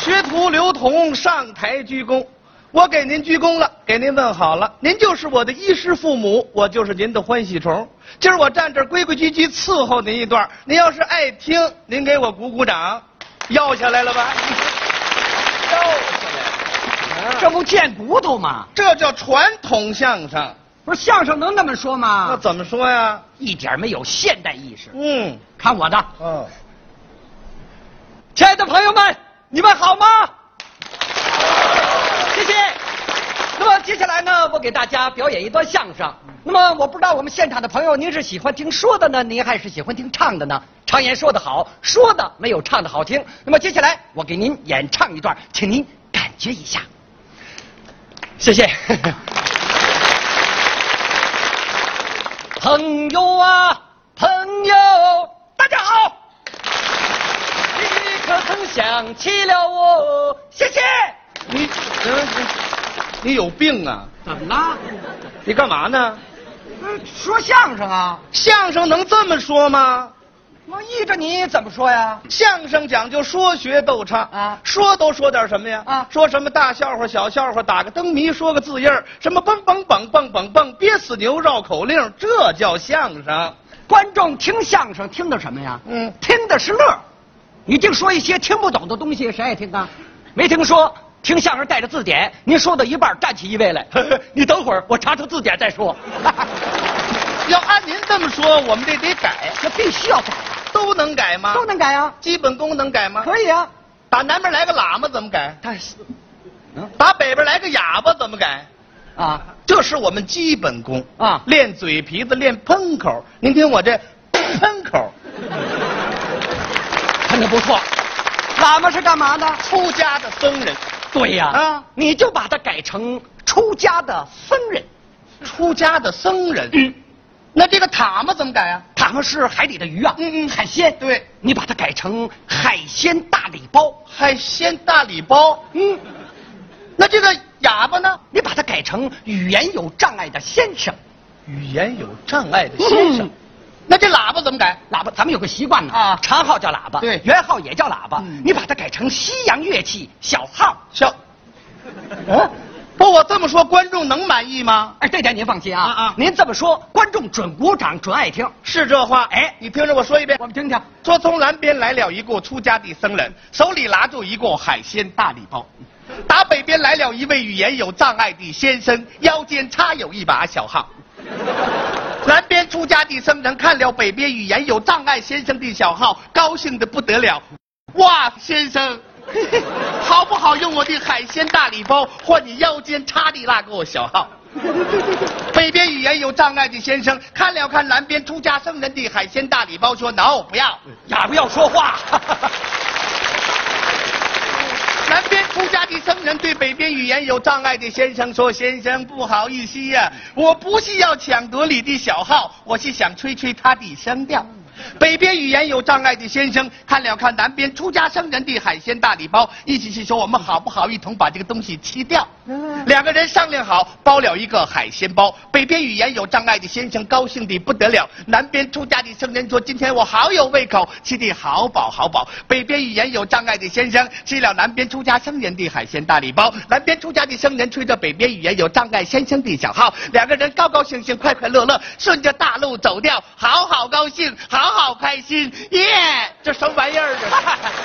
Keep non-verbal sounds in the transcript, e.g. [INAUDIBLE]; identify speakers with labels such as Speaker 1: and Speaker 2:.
Speaker 1: 学徒刘同上台鞠躬，我给您鞠躬了，给您问好了。您就是我的衣食父母，我就是您的欢喜虫。今儿我站这儿规规矩矩伺候您一段儿，您要是爱听，您给我鼓鼓掌，要下来了吧？要下来了，
Speaker 2: 这不贱骨头吗？
Speaker 1: 这叫传统相声。
Speaker 2: 不是相声能那么
Speaker 1: 那
Speaker 2: 说吗？
Speaker 1: 怎么说呀？
Speaker 2: 一点没有现代意识。
Speaker 1: 嗯
Speaker 2: 看我的，
Speaker 1: 嗯，
Speaker 2: 亲爱的朋友们，你们好吗？谢谢。那么接下来呢，我给大家表演一段相声。那么我不知道我们现场的朋友，您是喜欢听说的呢，您还是喜欢听唱的呢？常言说得好，说的没有唱的好听。那么接下来我给您演唱一段，请您感觉一下。谢谢。 [LAUGHS] 朋友啊，朋友，大家好。你可曾想起了我？谢谢。
Speaker 1: 你嗯你你有病啊？
Speaker 2: 怎么了？
Speaker 1: 你干嘛呢？
Speaker 2: 呃说相声啊？
Speaker 1: 相声能这么说吗？
Speaker 2: 我依着你怎么说呀？
Speaker 1: 相声讲究说学逗唱
Speaker 2: 啊
Speaker 1: 说都说点什么呀？
Speaker 2: 啊
Speaker 1: 说什么大笑话、小笑话，打个灯谜，说个字印儿，什么蹦蹦蹦蹦蹦蹦，憋死牛绕口令，这叫相声。
Speaker 2: 观众听相声听的什么呀？
Speaker 1: 嗯
Speaker 2: 听的是乐儿。你净说一些听不懂的东西，谁爱听啊？没听说。听相声带着字典，您说到一半站起一位来，你等会儿我查查字典再 [LAUGHS] 说。
Speaker 1: 要按您这么说，我们这得改，
Speaker 2: 这必须要改，
Speaker 1: 都能改吗？
Speaker 2: 都能改啊，
Speaker 1: 基本功能改吗？
Speaker 2: 可以啊。
Speaker 1: 打南边来个喇嘛怎么改？
Speaker 2: 但是嗯
Speaker 1: 打北边来个哑巴怎么改？
Speaker 2: 啊，
Speaker 1: 这是我们基本功
Speaker 2: 啊
Speaker 1: 练嘴皮子，练喷口。您听我这喷口，
Speaker 2: 看的不错。喇嘛是干嘛的？
Speaker 1: 出家的僧人，
Speaker 2: 对呀、
Speaker 1: 啊
Speaker 2: 你就把它改成出家的僧人，
Speaker 1: 出家的僧人。
Speaker 2: 嗯
Speaker 1: 那这个塔嘛怎么改啊？
Speaker 2: 他们是海里的鱼啊，
Speaker 1: 嗯嗯
Speaker 2: 海鲜。
Speaker 1: 对，
Speaker 2: 你把它改成海鲜大礼包，
Speaker 1: 海鲜大礼包。
Speaker 2: 嗯，
Speaker 1: 那这个哑巴呢？
Speaker 2: 你把它改成语言有障碍的先生。
Speaker 1: 语言有障碍的先生。
Speaker 2: 嗯
Speaker 1: 那这喇叭怎么改？
Speaker 2: 喇叭，咱们有个习惯呢，
Speaker 1: 啊
Speaker 2: 长号叫喇叭，
Speaker 1: 对
Speaker 2: 圆号也叫喇叭，
Speaker 1: 嗯
Speaker 2: 你把它改成西洋乐器小号。
Speaker 1: 小，哦，不，我这么说观众能满意吗？
Speaker 2: 哎，这点您放心啊，
Speaker 1: 啊啊
Speaker 2: 您这么说，观众准鼓掌，准爱听。
Speaker 1: 是这话。
Speaker 2: 哎
Speaker 1: 你听着我说一遍
Speaker 2: 我。们听听，
Speaker 1: 说从南边来了一个出家的僧人，手里拿着一个海鲜大礼包。打北边来了一位语言有障碍的先生，腰间插有一把小号。南边出家的僧人看了北边语言有障碍先生的小号，高兴的不得了。哇，先生，好不好用我的海鲜大礼包换你腰间插的那个小号？北边语言有障碍的先生看了看南边出家僧人的海鲜大礼包，说 no 不要。
Speaker 2: 哑巴要说 [LAUGHS] 话。
Speaker 1: 南边出家的僧人对北边语言有障碍的先生说：“先生，不好意思呀、我不是要抢夺你的小号，我是想吹吹他的声调。”北边语言有障碍的先生看了看南边出家僧人的海鲜大礼包，意思是说我们好不好一同把这个东西吃掉。两个人商量好，包了一个海鲜包。北边语言有障碍的先生高兴的不得了，南边出家的僧人说：“今天我好有胃口，吃的好饱好饱。”北边语言有障碍的先生吃了南边出家僧人的海鲜大礼包，南边出家的僧人吹着北边语言有障碍先生的小号，两个人高高兴兴、快快乐乐，顺着大 [LAUGHS] 路走掉，好好高兴，好好开心，耶！这什么玩意儿？这是。